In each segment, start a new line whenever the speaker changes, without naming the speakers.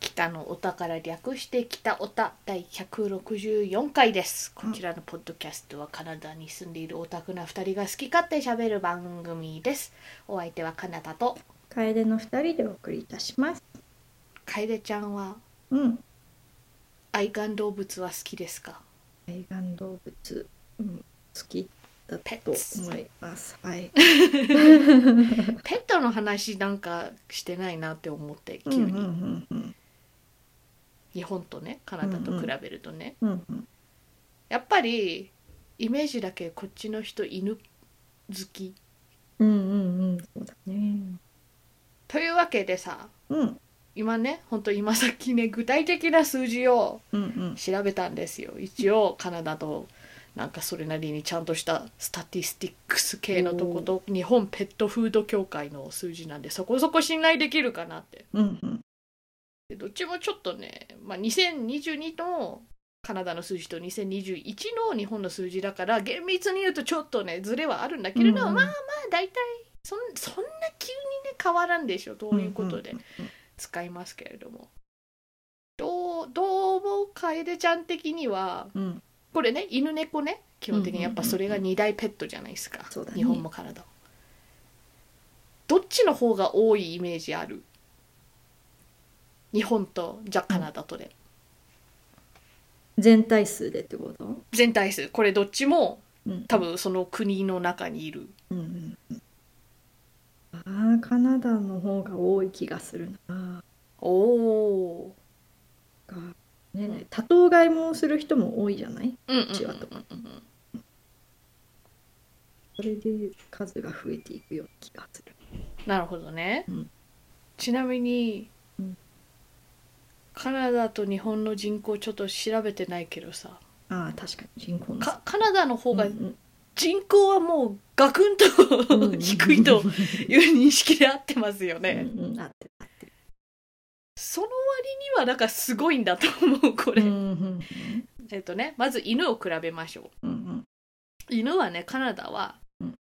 北のおたから略して北おた第164回ですこちらのポッドキャストはカナダに住んでいるオタクな2人が好き勝手しゃべる番組ですお相手はカナダと
楓の二人でお送りいたします。
楓ちゃんは
うん。
愛玩動物は好きですか
愛玩動物、うん、好きだ
ペ
と
ッツ
思います。はい。
ペットの話なんかしてないなって思って
う
急
ん
に、
うんうんうん
日本とねカナダと比べるとね、
うんうん。
やっぱりイメージだけこっちの人犬好き
うんうんうん。そうだね。
というわけでさ
うん
今ねほんと今さっきね具体的な数字を
うんうん。
調べたんですよ一応カナダとなんかそれなりにちゃんとしたスタティスティックス系のとこと日本ペットフード協会の数字なんでそこそこ信頼できるかなって
うんうん。
でどっちもちょっとね、まあ、2022のカナダの数字と2021の日本の数字だから厳密に言うとちょっとねずれはあるんだけれど、
うんうん
まあまあ大体そんそんな急にね変わらんでしょということで
んんうん
使いますけれども。どうどうも楓ちゃん的には
うん。うん
これね犬猫ね基本的にやっぱそれが
うんうん
2大ペットじゃないですか、
そうだね
日本もカナダも。どっちの方が多いイメージある日本とじゃあカナダとで、
全体数でってこと？
全体数これどっちも
うん。
多。分その国の中にいる
うんうんうん。ああ、カナダの方が多い気がするな。
おお
がねね、多頭飼いもする人も多いじゃない？
うんうんうんうん
ちはと
うん
それで数が増えていくような気がする。
なるほどね、
うん
ちなみに、
うん
カナダと日本の人口ちょっと調べてないけどさ
ああ、確かに人口の差
かカナダの方が
うんうん
人口はもうガクンと低いという認識で合ってますよね、
うんうん、あってあってる
その割にはなんかすごいんだと思うこれ、
うんうん
えっとねまず犬を比べましょう
うんうん
犬はねカナダは
うん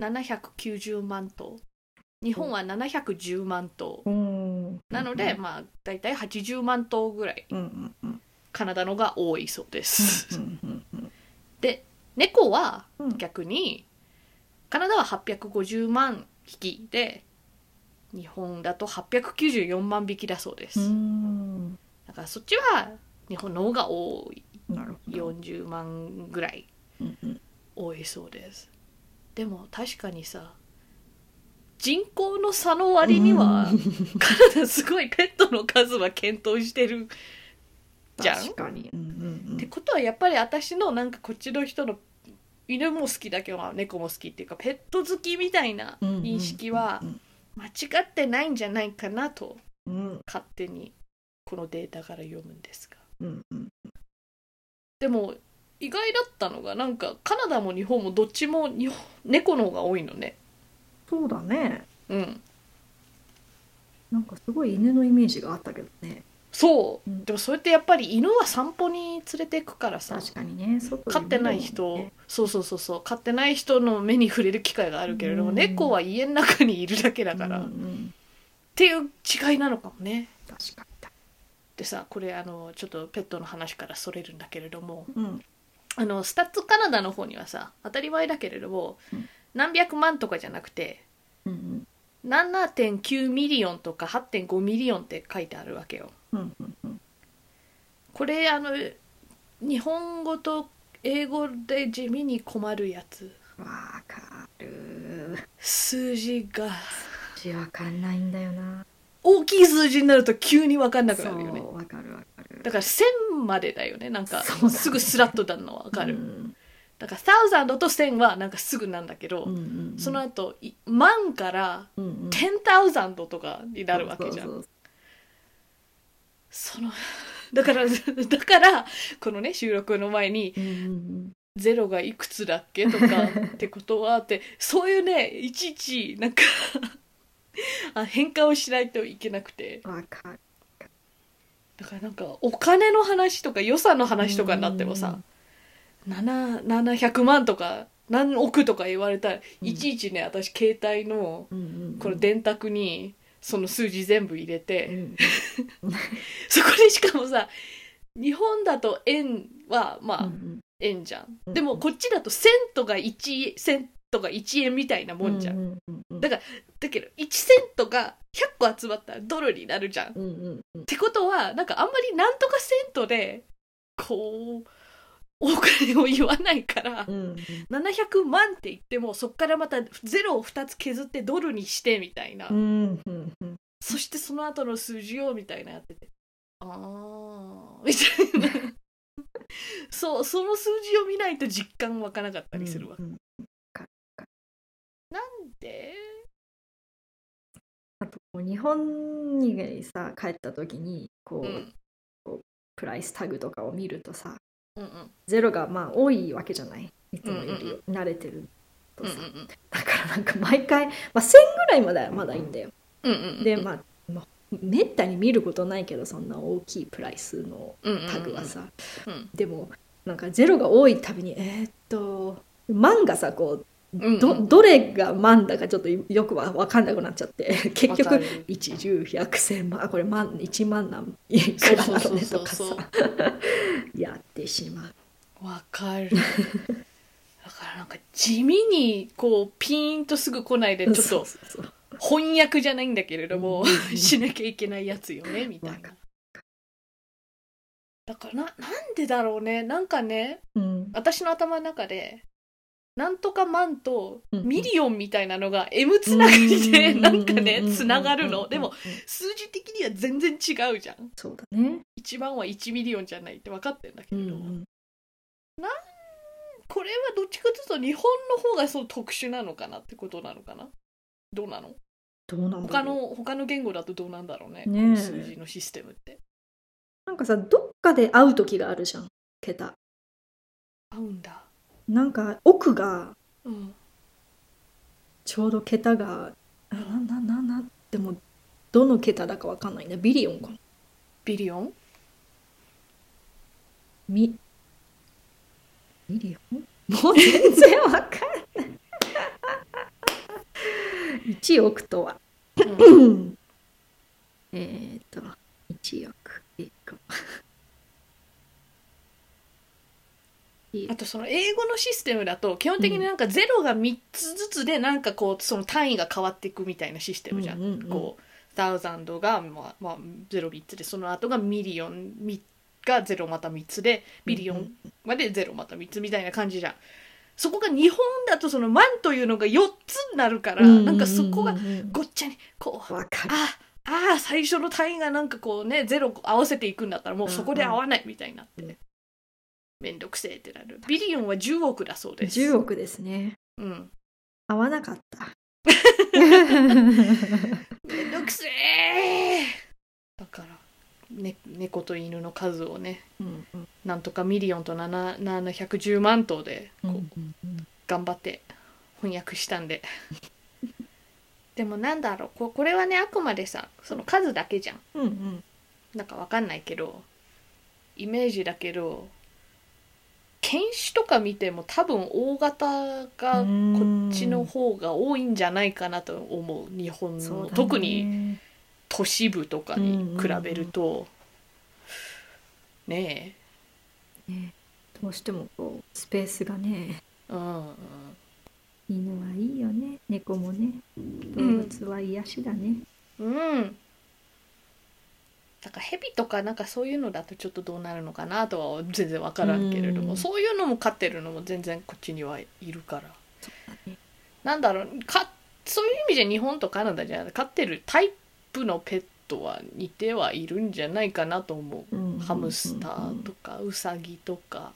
790万頭日本は710万頭
うんうん
なので、まあ大体80万頭ぐらい
うんうんうん
カナダのが多いそうです、
うんうんうん
猫は
うん
逆にカナダは850万匹で日本だと894万匹だそうです、
うん
だからそっちは日本の方が多い
なるほど
40万ぐらい
うんうん
多いそうですでも確かにさ人口の差の割には
うん
カナダすごいペットの数は検討してるじゃん
確かにうんうん
っ
う
て
ん
ことはやっぱり私のなんかこっちの人の犬も好きだけどまあ猫も好きっていうかペット好きみたいな
うんうん
認識は
うん
間違ってないんじゃないかなと
うん
勝手にこのデータから読むんですが
うんうん
でも意外だったのがなんかカナダも日本もどっちも日本猫の方が多いのね
そうだね
うん
なんかすごい犬のイメージがあったけどね
そう、
うん
でもそれってやっぱり犬は散歩に連れていくからさ
確かにね外で
飼ってない人、
ね
そうそうそうそう飼ってない人の目に触れる機会があるけれども、
うん
猫は家の中にいるだけだから、
うんう
っ
ん
ていう違いなのかもね。
確か
でさこれあのちょっとペットの話からそれるんだけれども
にうん
あのスタッツカナダの方にはさ当たり前だけれども、
うん
何百万とかじゃなくて
うん
7.9ミリオンとか8.5ミリオンって書いてあるわけよ。
うんうんうんうん
これあの日本語と英語で地味に困るやつ
わかる
数字が
字わかんないんだよな
大きい数字になると急に分かんなく
そ
なるよね
うわかるわかる
だから1000までだよねなんか
そうだね
すぐスラッとなるのは分かる、
うん
だから1000と1000はなんかすぐなんだけど、
うんうんうん
その後い万から
うんうん
10,000とかになるわけじゃん
そう
その だからだからこのね収録の前に
そうそううんうん
ゼロがいくつだっけとかってことはってそういうねいちいちなんかあ変換をしないといけなくて
うんわかる
だからなんかお金の話とか予算の話とかになってもさ7 700万とか何億とか言われたら
うん
いちいちね私携帯の
うんうんうん
この電卓にその数字全部入れて、
うん
そこでしかもさ日本だと円はまあ、
うん
円じゃん、
うん
でもこっちだとセントが1セントが1円みたいなもんじゃん、
うんうんうん
だだけど1セントが100個集まったらドルになるじゃん、っ
うんうんうん
てことはなんかあんまりなんとかセントでこうお金を言わないから、
うん
700万って言ってもそっからまたゼロを2つ削ってドルにしてみたいな、
うんうんうん
そしてその後の数字をみたいなやっててああみたいなそうその数字を見ないと実感湧かなかったりするわ、
うんうん
で
あとこう日本にさ帰った時に
う
こう、
ん
プライスタグとかを見るとさ
うんうん
ゼロがまあ多いわけじゃないいつもよ
うんうん
り慣れてると
うんう
さ、
ん
だからなんか毎回、まあ、1000ぐらいまではまだいいんだよ
うんうんうん
でまあ、まあ、めったに見ることないけどそんな大きいプライスのタグはさ、
うん
でもなんかゼロが多いたびにえーっと万がさこう
うんうん
どどれが万だかちょっとよくは分かんなくなっちゃって 結
わか
局
る
一十百千万あこれ万1万何いくらだろうねとかさ
そうそうそう
やってしまう。
わかるだからなんか地味にこうピーンとすぐ来ないでちょっ
そう
と
そうそう
翻訳じゃないんだけれども
うんうんうん
しなきゃいけないやつよねみたい
わか
なだからななんでだろうねなんかね
うん
私の頭の中でなんとかマンと
うんうん
ミリオンみたいなのが M つながりで
うん
なんかね
うん
つながる
うんう
の
ん
でも数字的には全然違うじゃん
そうだね、
1番は1ミリオンじゃないって分かってんだけ
う
れ
ん
ど、
うん
これはどっちかというと日本の方がそう特殊なのかなってことなのかなどうなの
どうなんだろう
他の他の言語だとどうなんだろうね
ねえ
この数字のシステムって
なんかさどっかで会う時があるじゃん桁
合うんだ
なんか奥が
うん
ちょうど桁があななななでもどの桁だかわかんないなビリオンかな
ビリオン
ミミリオンもう全然わかん ない1億とは、うんえーっと1億英 語
あとその英語のシステムだと基本的になんかゼロが3つずつでなんかこうその単位が変わっていくみたいなシステムじゃん。
うんうんうん
こう「1000が、まあまあ、ゼロ3つでその後がミリオンみがゼロまた3つでビリオ
うんう
ンまでゼロまた3つみたいな感じじゃん。そこが日本だとその万というのが4つになるから、なんかそこが
うんうんうん
ごっちゃにこう
わかる
あああ最初の単位がなんかこうねゼロ合わせていくんだったらもうそこで合わないみたいになって、
うんうん
めんどくせえってなるビリオンは10億だそうです
10億ですね
うん
合わなか った。
めんどくせえだから、ね、猫と犬の数をね
うんうん
なんとかミリオンと7 710万頭でこう、頑張って翻訳したんで でもなんだろうここれはねあくまでさその数だけじゃん
うんうん
なんかわかんないけどイメージだけど犬種とか見ても多分大型がこっちの方が多いんじゃないかなと思う日本
そうだ
の、
ね
特に都市部とかに比べると、ね
ねどうしてもこうスペースがね
えうんうん
犬はいいよね猫もね動物は癒しだね、
うんだからヘビとかなんかそういうのだとちょっとどうなるのかなとは全然わからんけれども、
うん
そういうのも飼ってるのも全然こっちにはいるから
だね
なんだろうかそういう意味じゃ日本とカナダじゃ飼ってるタイプのペットは似てはいるんじゃないかなと思う、
うん
ハムスターとかウサギとか、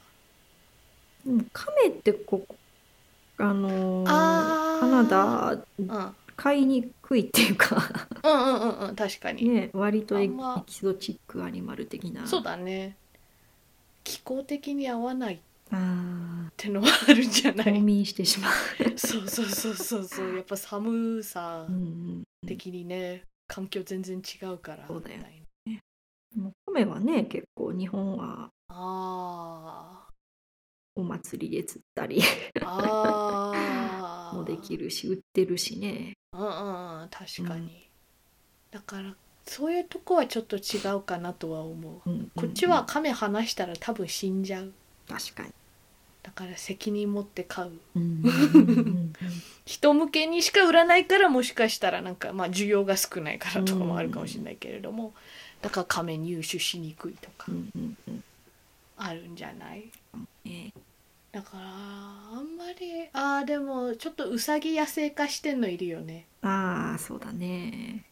うんカメってここあのー
あー
カナダ
うん、うん
飼いにくいっていうか
うんうんうん確かに、
ね割とエ
あんま
エキゾチックアニマル的な
そうだね気候的に合わないっ
あ
てのはあるんじゃな
ー冬
い
眠してしま
そうそうそうそうそうやっぱ寒さ
う、うんうん、
的にね環境全然違うから
そうだよ
みたいな
でもカメはね結構日本は
あ
お祭りで釣ったり
ーあー
もできるし売ってるしね
うんうんうん確かに、だからそういうとこはちょっと違うかなとは思う、
うんうんうん
こっちは亀離したら多分死んじゃう
確かに、
だから責任持って買う
うんうんうんうん
人向けにしか売らないからもしかしたらなんかまあ需要が少ないからとかもあるかもしれないけれども、だから亀入手しにくいとか
うんうんうん
あるんじゃない
ね
だからあんまりあーでもちょっとウサギ野生化してんのいるよね
ああそうだね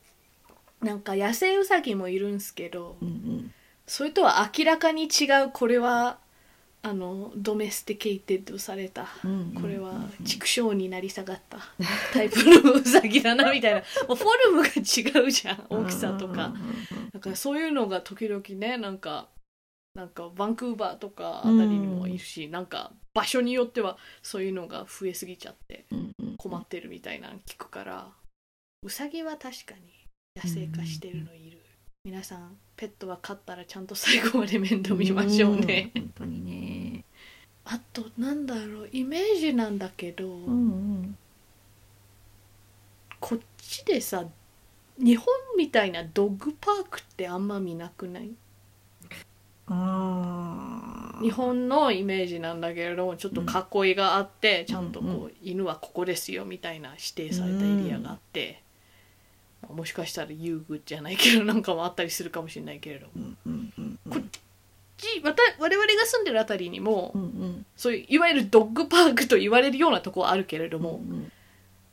なんか野生ウサギもいるんすけど
うんうん
それとは明らかに違うこれはあのドメスティケイテッドされた
うんうんうんうん
これは畜生になり下がったタイプのウサギだなみたいなもうフォルムが違うじゃん大きさとか
うんうんうんうん
だからそういうのが時々ねなんかなんかバンクーバーとかあたりにもいるし、なんか場所によってはそういうのが増えすぎちゃって
うんうん
困ってるみたいなの聞くからウサギは確かに野生化してるのいる、皆さんペットは飼ったらちゃんと最後まで面倒見ましょうね、
ん本当にね
あとなんだろうイメージなんだけど、
うん
こっちでさ日本みたいなドッグパークってあんま見なくない
うんああ
日本のイメージなんだけれどもちょっと囲いがあって、ちゃんと
うんう
こう犬はここですよみたいな指定されたエリアがあって、まあもしかしたら遊具じゃないけどなんかもあったりするかもしれないけれども
うんうんうんうん
こちわた我々が住んでるあたりにも、
うんうん
そういういわゆるドッグパークと言われるようなとこはあるけれども、
うんうん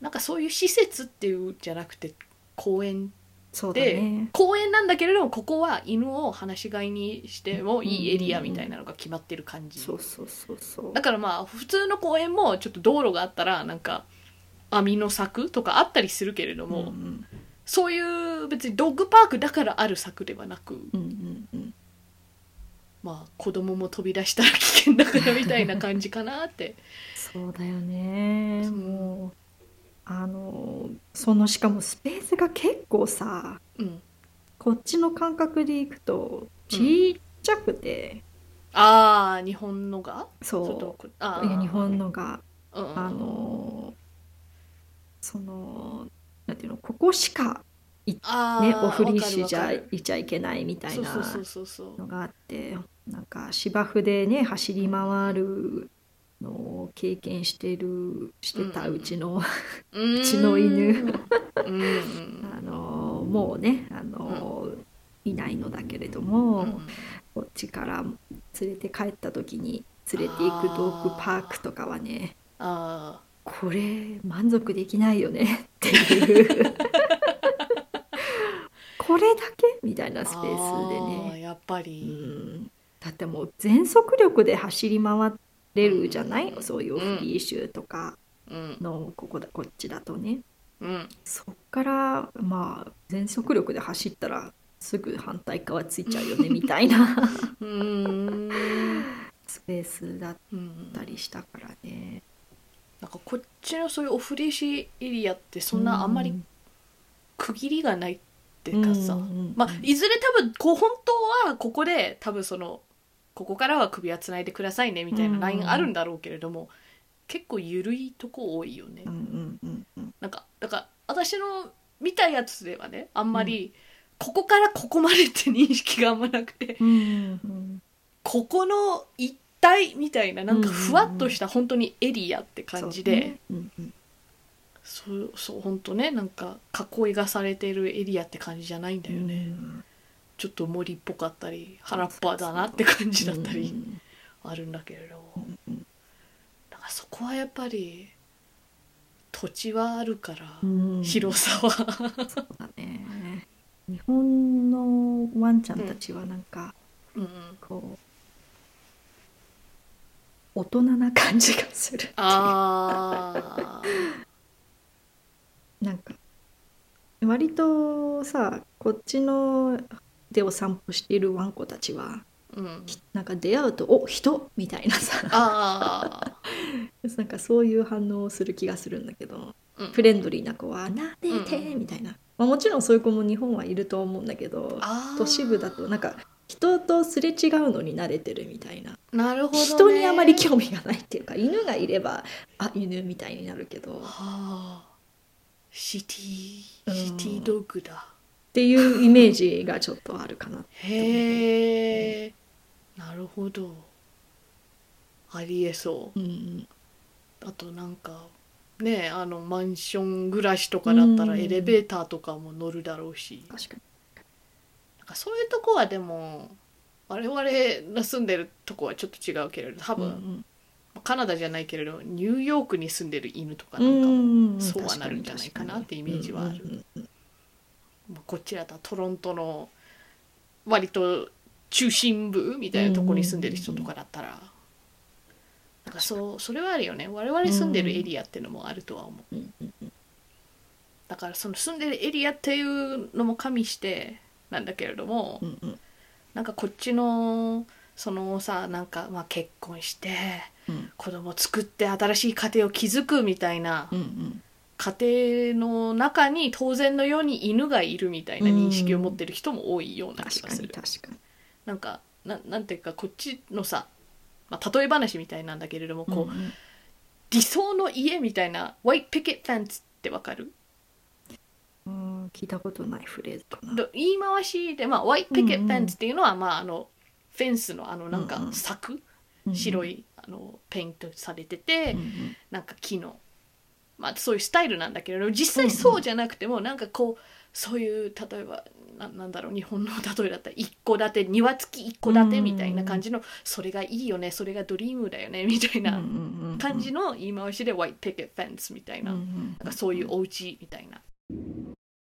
なんかそういう施設っていうんじゃなくて公園
そうだ
で、
ね
公園なんだけれどもここは犬を放し飼いにしてもいいエリアみたいなのが決まってる感じ、
そうそうそうそう
だからまあ普通の公園もちょっと道路があったらなんか網の柵とかあったりするけれども、
うん
そういう別にドッグパークだからある柵ではなく
うんうんうん
まあ子供も飛び出したら危険だからみたいな感じかなって
そうだよね
そう
もうあのそのしかもスペースが結構さ
うん
こっちの感覚でいくとちっちゃくて、
ああ日本のがちょっ
そ
とこあ
う
ー
いや日本のが
うんうん
あのそのなんていうのここしか
あー
ねおフリーしじ
わ
ゃ
かるわかる
いちゃいけないみたい
そう
な
そうそうそうそう
のがあってなんか芝生でね走り回るのを経験してるしてたうちの、
う
ちの犬
うん うん
あのもうねあの、いないのだけれども、
うん
こっちから連れて帰った時に連れていくドッグパークとかはね
あ
これ満足できないよねっていう これだけみたいな
あ
スペースで
あー
ね、
やっぱ
う
り、
ん、だってもう全速力で走り回れるじゃない、
うん
そういうフリーシューとか
うん
のここだこっちだとね。
うん、
そっからまあ全速力で走ったらすぐ反対側ついちゃう よねみたいな
うん
スペースだっ
うん
たりしたからね。
なんかこっちのそういうオフレシエリアってそんなあんまり区切りがないっていうかさ、まあいずれ多分こう本当はここで多分そのここからは首はつないでくださいねみたいなラインあるんだろうけれども、結構緩いとこ多いよね。
うんうんうんうん
なんかだから私の見たやつではねあんまり、ここからここまでって認識があんまなくて
うんうん
ここの一体みたいななんかふわっとした本当にエリアって感じで、
そうねうん
そうそう本当ねなんか囲いがされてるエリアって感じじゃないんだ
う
よ
ん
ね、ちょっと森っぽかったり原っぱだなって感じだったりあるんだけれど、
うんうん
だからそこはやっぱり土地はあるから、
うん
広さ は
そうだね日本のワンちゃんたちはなんか
うんうん
こう大人な感じがするっていう
あー
なんか割とさこっちのでお散歩しているワンコたちは
うん、
なんか出会うと「お人!」みたいなさ
ああ、
なんかそういう反応をする気がするんだけど
うん
フレンドリーな子は「なでて!」
うん
みたいな、まあ、もちろんそういう子も日本はいると思うんだけど
あー
都市部だとなんか人とすれ違うのに慣れてるみたいな、
なるほど、ね、
人にあまり興味がないっていうか犬がいればあ犬みたいになるけど
はあシティ
うん
シティドッグだ、
っていうイメージがちょっとあるかな。
へえ、なるほどありえそう
うん
あとなんかねあのマンション暮らしとかだったら
うん
エレベーターとかも乗るだろうし、
確かに。
なんかそういうとこはでも我々が住んでるとこはちょっと違うけれど多分、カナダじゃないけれどニューヨークに住んでる犬とかなんかも、
ん
そうはなるんじゃないかなってイメージはある
うんうんうん
まあこっちだったらトロントの割と中心部みたいなとこに住んでる人とかだったら、なんかそうそれはあるよね我々住んでるエリアっていうのもあるとは思う、
うんうん
だからその住んでるエリアっていうのも加味してなんだけれども、
うんうん
なんかこっちのそのさなんかまあ結婚して
うん
子供作って新しい家庭を築くみたいな
うんうん
家庭の中に当然のように犬がいるみたいな認識を持ってる人も多いような気
確
が
か
す
に
る。
確かに。
なんかななんていうかこっちのさ、まあ、例え話みたいなんだけれどもこう、
うんうん
理想の家みたいな「ワイトピケットフェンス」ってわかる
うん聞いたことないフレーズかな。
ど言い回しで、まあ、ワイトピケットフェンスっていうのは、まあ、あのフェンスのあのなん
うんう
か
ん
柵、
うんうん
白。いあのペイントされてて、
うんうん
なんか木の、まあ、そういうスタイルなんだけれど実際そうじゃなくても、なんかこうそういう例えばななんだろう日本の例えだったら一戸建て庭付き一戸建てみたいな感じの、それがいいよねそれがドリームだよねみたい
うん
な
うんうん
感じの言い回しで、ワイトピケットフェンスみたいな,、
うんうん
なんかそういうお家みたいな。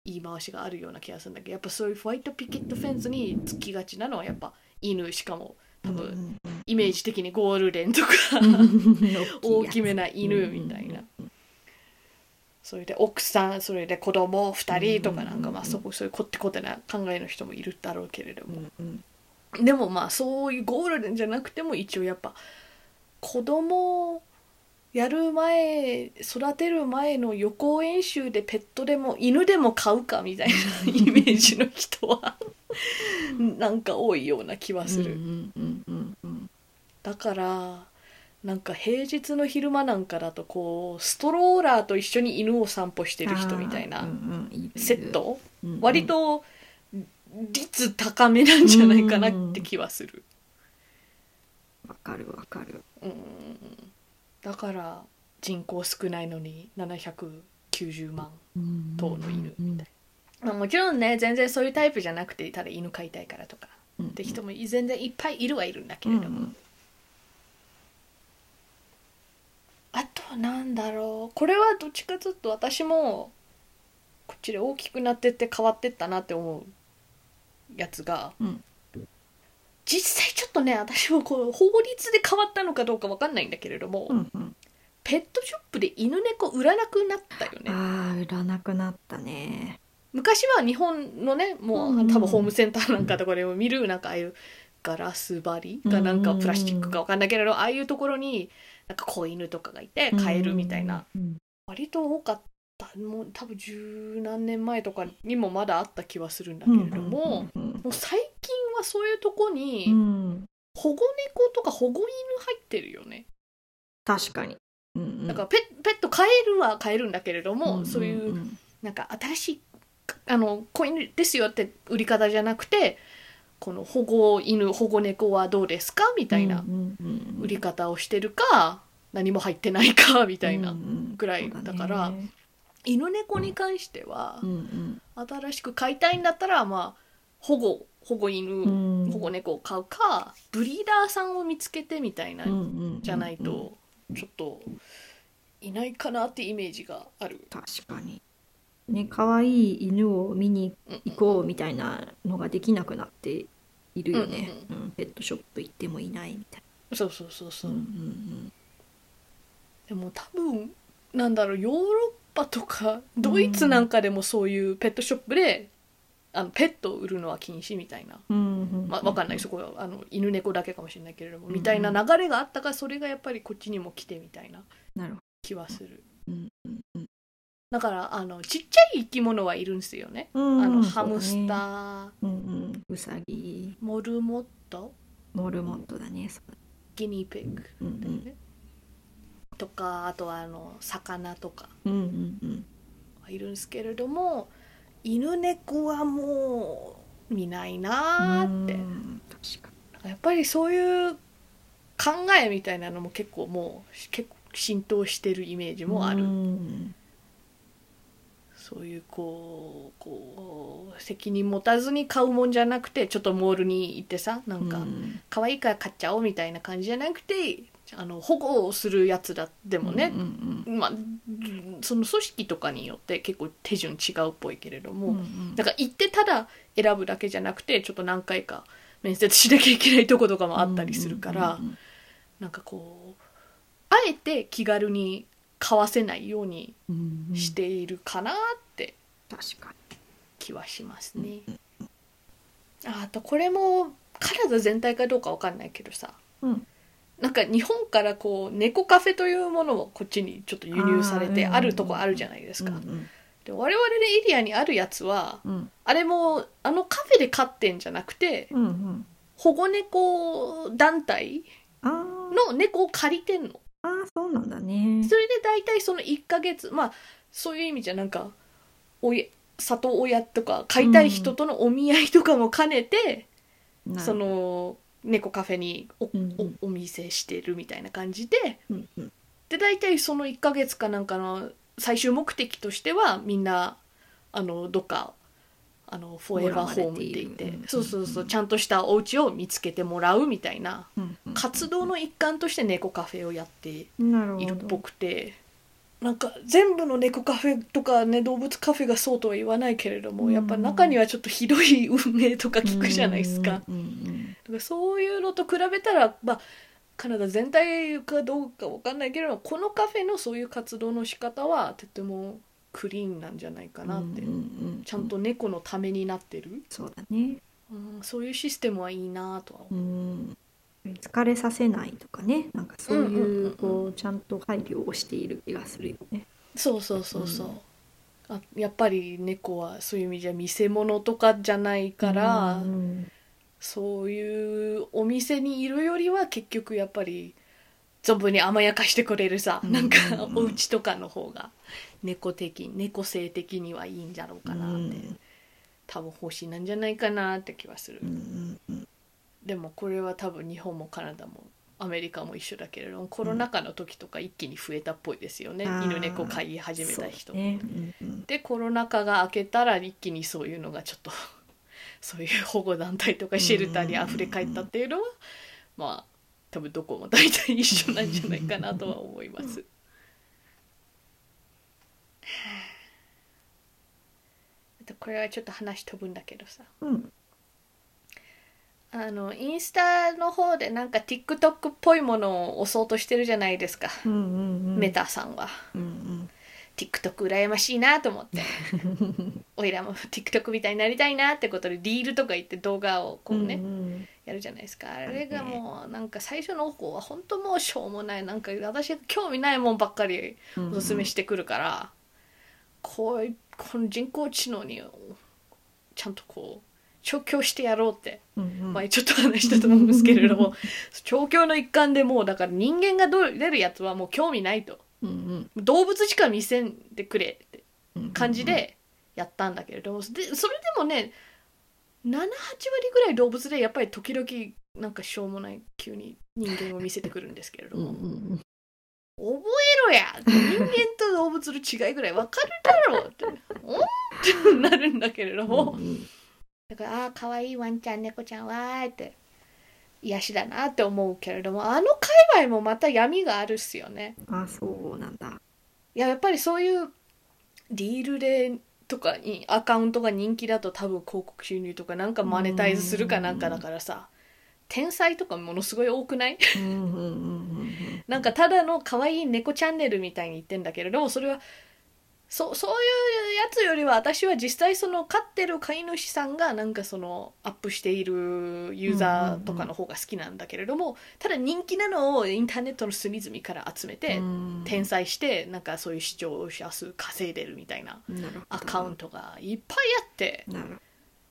言い回しがあるような気がするんだけどやっぱそういうホワイトピケットフェンスにつきがちなのはやっぱ犬しかも多
う
分
ん
イメージ的にゴールデンとか
うんうん
大
やつ
きめな犬みたいな。それで奥さんそれで子供二人とかなんかまあそこそういうこってこってな考えの人もいるだろうけれど
う
も、
んうん
でもまあそういうゴールデンじゃなくても一応やっぱ子供をやる前育てる前の予行演習でペットでも犬でも飼うかみたいな イメージの人はなんか多いような気はする。
うんうんうんうん
だからなんか平日の昼間なんかだとこうストローラーと一緒に犬を散歩してる人みたい
あー
な
うんうんいるいる
セット、
うんうん
割と率高めなんじゃないかなって気はする、
わかるわかる
うんだから人口少ないのに790万頭の犬みたいな、まあ、もちろんね全然そういうタイプじゃなくてただ犬飼いたいからとか
な
って人も全然いっぱいいるはいるんだけれども、あとなんだろうこれはどっちかちょっと私もこっちで大きくなってって変わってったなって思うやつが、
うん
実際ちょっとね私もこう法律で変わったのかどうかわかんないんだけれども、
うんうん
ペットショップで犬猫売らなくなったよね
ああ売らなくなったね
昔は日本のねも
うんう
うん多分ホームセンターなんかとかでも見るなんかああいうガラス張りかなんか
うんうんうん
プラスチックかわかんないけれどああいうところになんか子犬とかがいて飼えるみたいな。
うん
割と多かったもう多分十何年前とかにもまだあった気はするんだけれども、も
うん
う最近はそういうとこ
う
に
ん
保護猫とか保護犬入ってるよね、
確かにうんうん
だからペペット飼えるは飼えるんだけれども、
ん
そういうんなんか新しいあの子犬ですよって売り方じゃなくてこの保護犬保護猫はどうですかみたいな
うんうんうん
売り方をしてるか、何も入ってないかみたいな、
うんうん
ぐらい
そうね
だから犬猫に関しては、
うん
新しく飼いたいんだったらまあ保護保護犬、
うんうん
保護猫を飼うかブリーダーさんを見つけてみたいな、
うんうんうん
じゃないとちょっといないかなってイメージがある。
確かにね可愛い犬を見に
うん
行こうみたいなのができなくなっているよね、
う
うんペットショップ行ってもいないみたい
そうそうそうそ
な、
う、
ん
でも多分なんだろうヨーロッパとかドイツなんかでもそういうペットショップで、あのペットを売るのは禁止みたいな
うんうんうんうん
まあ、わかんないそこはあの犬猫だけかもしれないけれどもみたいな流れがあったからそれがやっぱりこっちにも来てみたいな
なるほ
気はする
ど、うんうんうん
だからあのちっちゃい生き物はいるんですよね、
うん
あ
う
の
ん
ハムスタ
そうだね
ー、
うんうん、うさぎ
モルモット
モルモットだねそうだね
ギニーピッグ
うん
だよね、とかあとはあの魚とか
うんうんうん
いるんですけれども犬猫はもう見ないなーって、
うん確か
やっぱりそういう考えみたいなのも結構もう結構浸透してるイメージ
に
もある、
うん
そういうこうこう責任持たずに買うもんじゃなくてちょっとモールに行ってさなんか
うん
可愛いから買っちゃおうみたいな感じじゃなくてあの保護をするやつだでもね
う、ん
まあうんその組織とかによって結構手順違うっぽいけれども、
うんうん
だから行ってただ選ぶだけじゃなくてちょっと何回か面接しなきゃいけないとことかもあったりするから、
うんうん
なんかこうあえて気軽に買わせないように
うんうん
しているかなって
確か
気はします
に
ね。ああとこれもカナダ全体かどうかわかんないけどさ
うん
なんか日本からこう猫カフェというものもこっちにちょっと輸入されて
あーうん
あるとこあるじゃないですか。
うん
で我々のエリアにあるやつは
うん
あれもあのカフェで飼ってんじゃなくて
うんうん
保護猫団体
あー
の猫を借りてんの。
あーそうなんだね
それで大体その1ヶ月まあそういう意味じゃなんかおや里親とか飼いたい人とのお見合いとかも兼ねて、
なる
その猫カフェにお,お、
うんうん
お見せしてるみたいな感じで
うんうん
で大体その1ヶ月かなんかの最終目的としてはみんなあのどっかあのフォーエバーホームって言って
もらわれている
そうそうそう
うん
ちゃんとしたお家を見つけてもらうみたいな
うんうん
活動の一環として猫カフェをやって
なるほど
いるっぽくてなんか全部の猫カフェとかね動物カフェがそうとは言わないけれども、
うん
やっぱ中にはちょっとひどい運営とか聞くじゃないですか,、だか
うんうん
らそういうのと比べたらまあカナダ全体かどうかわかんないけれどもこのカフェのそういう活動の仕方はとてもクリーンなんじゃないか
う
なって、
ううう
ちゃんと猫のためになってる、
そうだね
うん、そういうシステムはいいなとは思う
うん疲れさせないとかねなんかそう
うんうん
い
うん
うこうちゃんと配慮をしている気がするよね
そうそうそうそう、あやっぱり猫はそういう意味じゃ見せ物とかじゃないから、
うん
そういうお店にいるよりは結局やっぱり存分に甘やかしてくれるさ、
うん
なんか
うん
お家とかの方が猫的猫性的にはいいんだろうかなって、多分星なんじゃないかなって気はする、
うんうんうん
でもこれは多分日本もカナダもアメリカも一緒だけれどもコロナ禍の時とか一気に増えたっぽいですよね、
あー
犬猫飼い始めた人、
そうねうんうん
でコロナ禍が明けたら一気にそういうのがちょっと そういう保護団体とかシェルターにあふれ返ったっていうのはまあ多分どこも大体一緒なんじゃないかなとは思います。あとこれはちょっと話飛ぶんだけどさ
うん
あのインスタの方でなんか TikTok っぽいものを押そうとしてるじゃないですか、
うんうんうん
メタさんは。
うんうん
TikTok 羨ましいなと思 っておいらも TikTok みたいになりたいなってことでリールとか言って動画をこうね、
うんうん
やるじゃないですかあれがもうなんか最初の方は本当もうしょうもないなんか私が興味ないもんばっかり
うん
おすすめしてくるから、こういこの人工知能にちゃんとこう調教してやろうって
うんうん
前ちょっと話したと思うんですけれど も調教の一環でもうだから人間がどれるやつはもう興味ないと
うんうん
動物しか見せんでくれって
うん
感じでやったんだけれども、でそれでもね78割ぐらい動物でやっぱり時々なんかしょうもない急に人間を見せてくるんですけれど
うん
も、
うんうん
覚えろや人間と動物の違いぐらいわかるだろうっておんってなるんだけれども、
うんうん
だからああ可愛いワンちゃん猫ちゃんわーって癒しだなって思うけれどもあの界隈もまた闇があるっすよね。
あそうなんだ
いややっぱりそういうリールでとかにアカウントが人気だと多分広告収入とかなんかマネタイズするかなんかだからさ天才とかものすごい多くない
うんうんうんうんうん
なんかただの可愛い猫チャンネルみたいに言ってんだけれどもそれはそそういうやつよりは私は実際その飼ってる飼い主さんがなんかそのアップしているユーザーとかの方が好きなんだけれども、ただ人気なのをインターネットの隅々から集めて、
うん
転載してなんかそういう視聴者数稼いでるみたいな
なるほど
アカウントがいっぱいあって
なる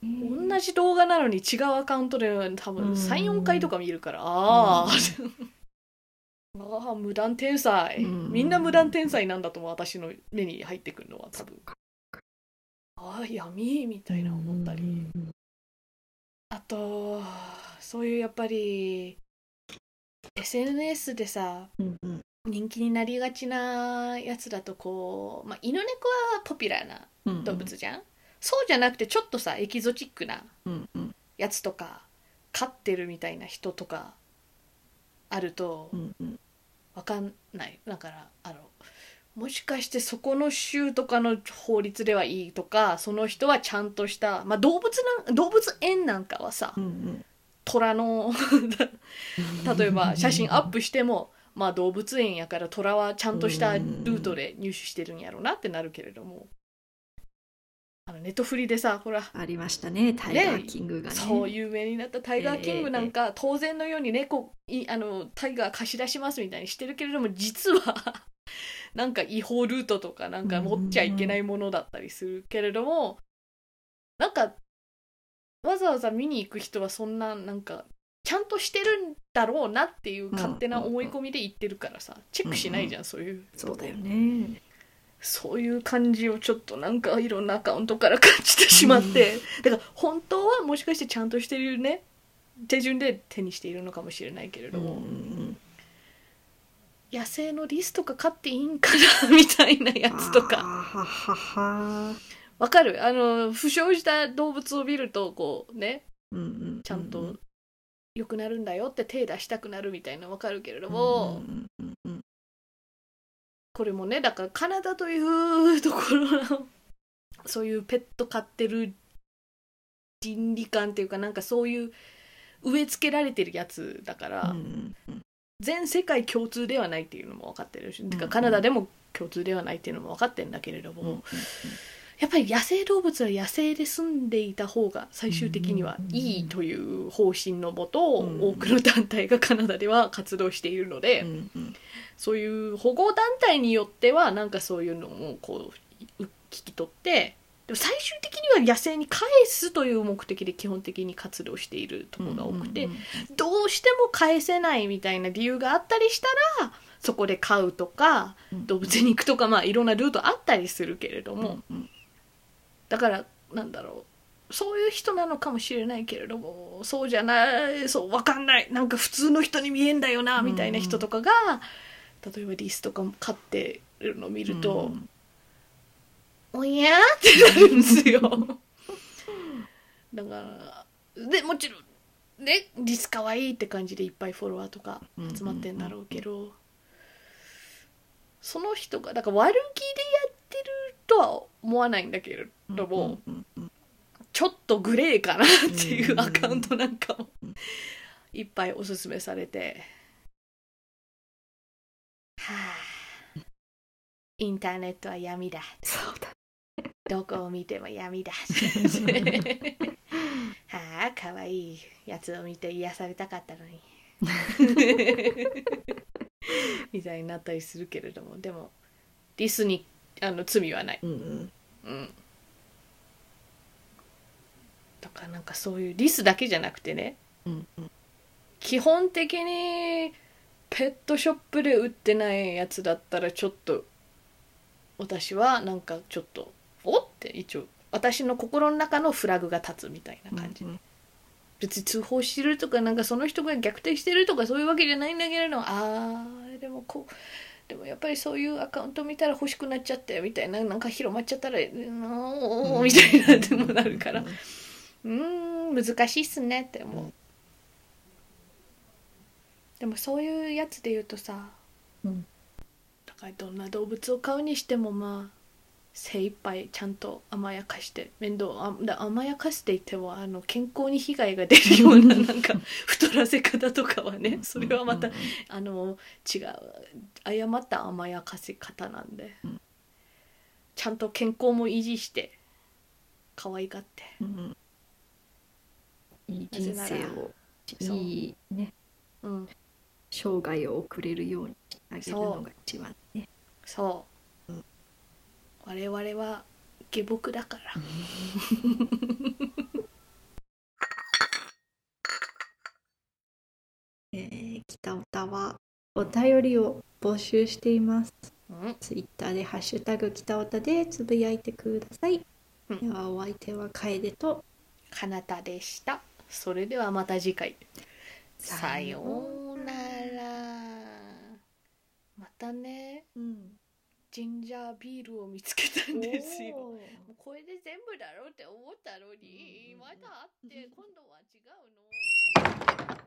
同じ動画なのに違うアカウントで多分
うん
34回とか見るからあーあー無断転載
うん
みんな無断転載なんだと思う私の目に入ってくるのは多分
そっか
ああー闇みたいな思ったり、
うん
あとそういうやっぱり SNS でさ
うんうん
人気になりがちなやつだとこう、まあ、犬猫はポピュラーな
うん
動物じゃん、そうじゃなくてちょっとさエキゾチックな
うんうん
やつとか飼ってるみたいな人とかあると
うんうん
わかんないだからあのもしかしてそこの州とかの法律ではいいとかその人はちゃんとした、まあ、動物なん動物園なんかはさ
うん
虎の例えば写真アップしても、まあ、動物園やから虎はちゃんとしたルートで入手してるんやろうなってなるけれどもあのネットフリでさほら
ありましたねタイガーキングがね
そう有名になったタイガーキングなんか、当然のように猫いあのタイガー貸し出しますみたいにしてるけれども実は なんか違法ルートとかなんか持っちゃいけないものだったりするけれども、なんかわざわざ見に行く人はそんななんかちゃんとしてるんだろうなっていう勝手な思い込みで言ってるからさ、チェックしないじゃん、そういう
そうだよね
そういう感じをちょっとなんかいろんなアカウントから感じてしまって、だから本当はもしかしてちゃんとしてるね手順で手にしているのかもしれないけれども、
ん
野生のリスとか飼っていいんかなみたいなやつとか
あーははは
わかるあの負傷した動物を見るとこうね
うんうん
ちゃん
う
と良くなるんだよって手出したくなるみたいなわかるけれど
うん
も、
うんうんうん
これもねだからカナダというところのそういうペット飼ってる倫理観っていうかなんかそういう植え付けられてるやつだから、
うんうん
全世界共通ではないっていうのも分かってるし、
ん
てかカナダでも共通ではないっていうのも分かってるんだけれども、
うんうん
やっぱり野生動物は野生で住んでいた方が最終的にはいいという方針のもと、
うん
多くの団体がカナダでは活動しているので。
うんうん
そういう保護団体によってはなんかそういうのをこうう聞き取ってでも最終的には野生に返すという目的で基本的に活動しているところが多くて、
うんうん
どうしても返せないみたいな理由があったりしたらそこで飼うとか
うん
動物園に行くとか、まあ、いろんなルートあったりするけれども、
うんうん
だからなんだろうそういう人なのかもしれないけれどもそうじゃないそうわかんないなんか普通の人に見えんだよな
うん
みたいな人とかが、例えばリスとかも飼ってるのを見ると、おやーってなるんですよだからでもちろんねリスかわいいって感じでいっぱいフォロワーとか集まってんだろうけど、その人がだから悪気でやってるとは思わないんだけれ
うん
ども、
うんうん
ちょっとグレーかなっていう
うん
アカウントなんかもいっぱいおすすめされてはあインターネットは闇だ
そうだ
どこを見ても闇だはあ可愛いやつを見て癒されたかったのにみたいになったりするけれどもでもリスにあの罪はない
うんうん
うんだからなんかそういうリスだけじゃなくてね
うんうん
基本的にペットショップで売ってないやつだったらちょっと私はなんかちょっとおって一応私の心の中のフラグが立つみたいな感じ、
うん
別に通報してるとかなんかその人が虐待してるとかそういうわけじゃないんだけれどあーでもこうでもやっぱりそういうアカウント見たら欲しくなっちゃってみたいななんか広まっちゃったらうーんおーみたいなでもなるから
うん
うーん難しいっすねって思う、
うん
でもそういうやつで言うとさ、
うん
だからどんな動物を飼うにしてもまあ精一杯ちゃんと甘やかして面倒あだ甘やかしていてもあの健康に被害が出るよ うななんか太らせ方とかはねそれはまた
うん
あの違う誤った甘やかせ方なんで、
うん
ちゃんと健康も維持して可愛がって
うんいい人生を
そう
いいね
うん
生涯を送れるようにしてあげるのが一番ね
そう、
うん
我々は下僕だから
えー北おたはお便りを募集しています
うん
ツイッターでハッシュタグ北おたでつぶやいてください
うん
ではお相手は楓と
かなたでしたそれではまた次回さようならまたね
うん
ジンジャービールを見つけたんですよ
おー
もうこれで全部だろうって思ったのに
うん
まだあって
うん
今度は違うの。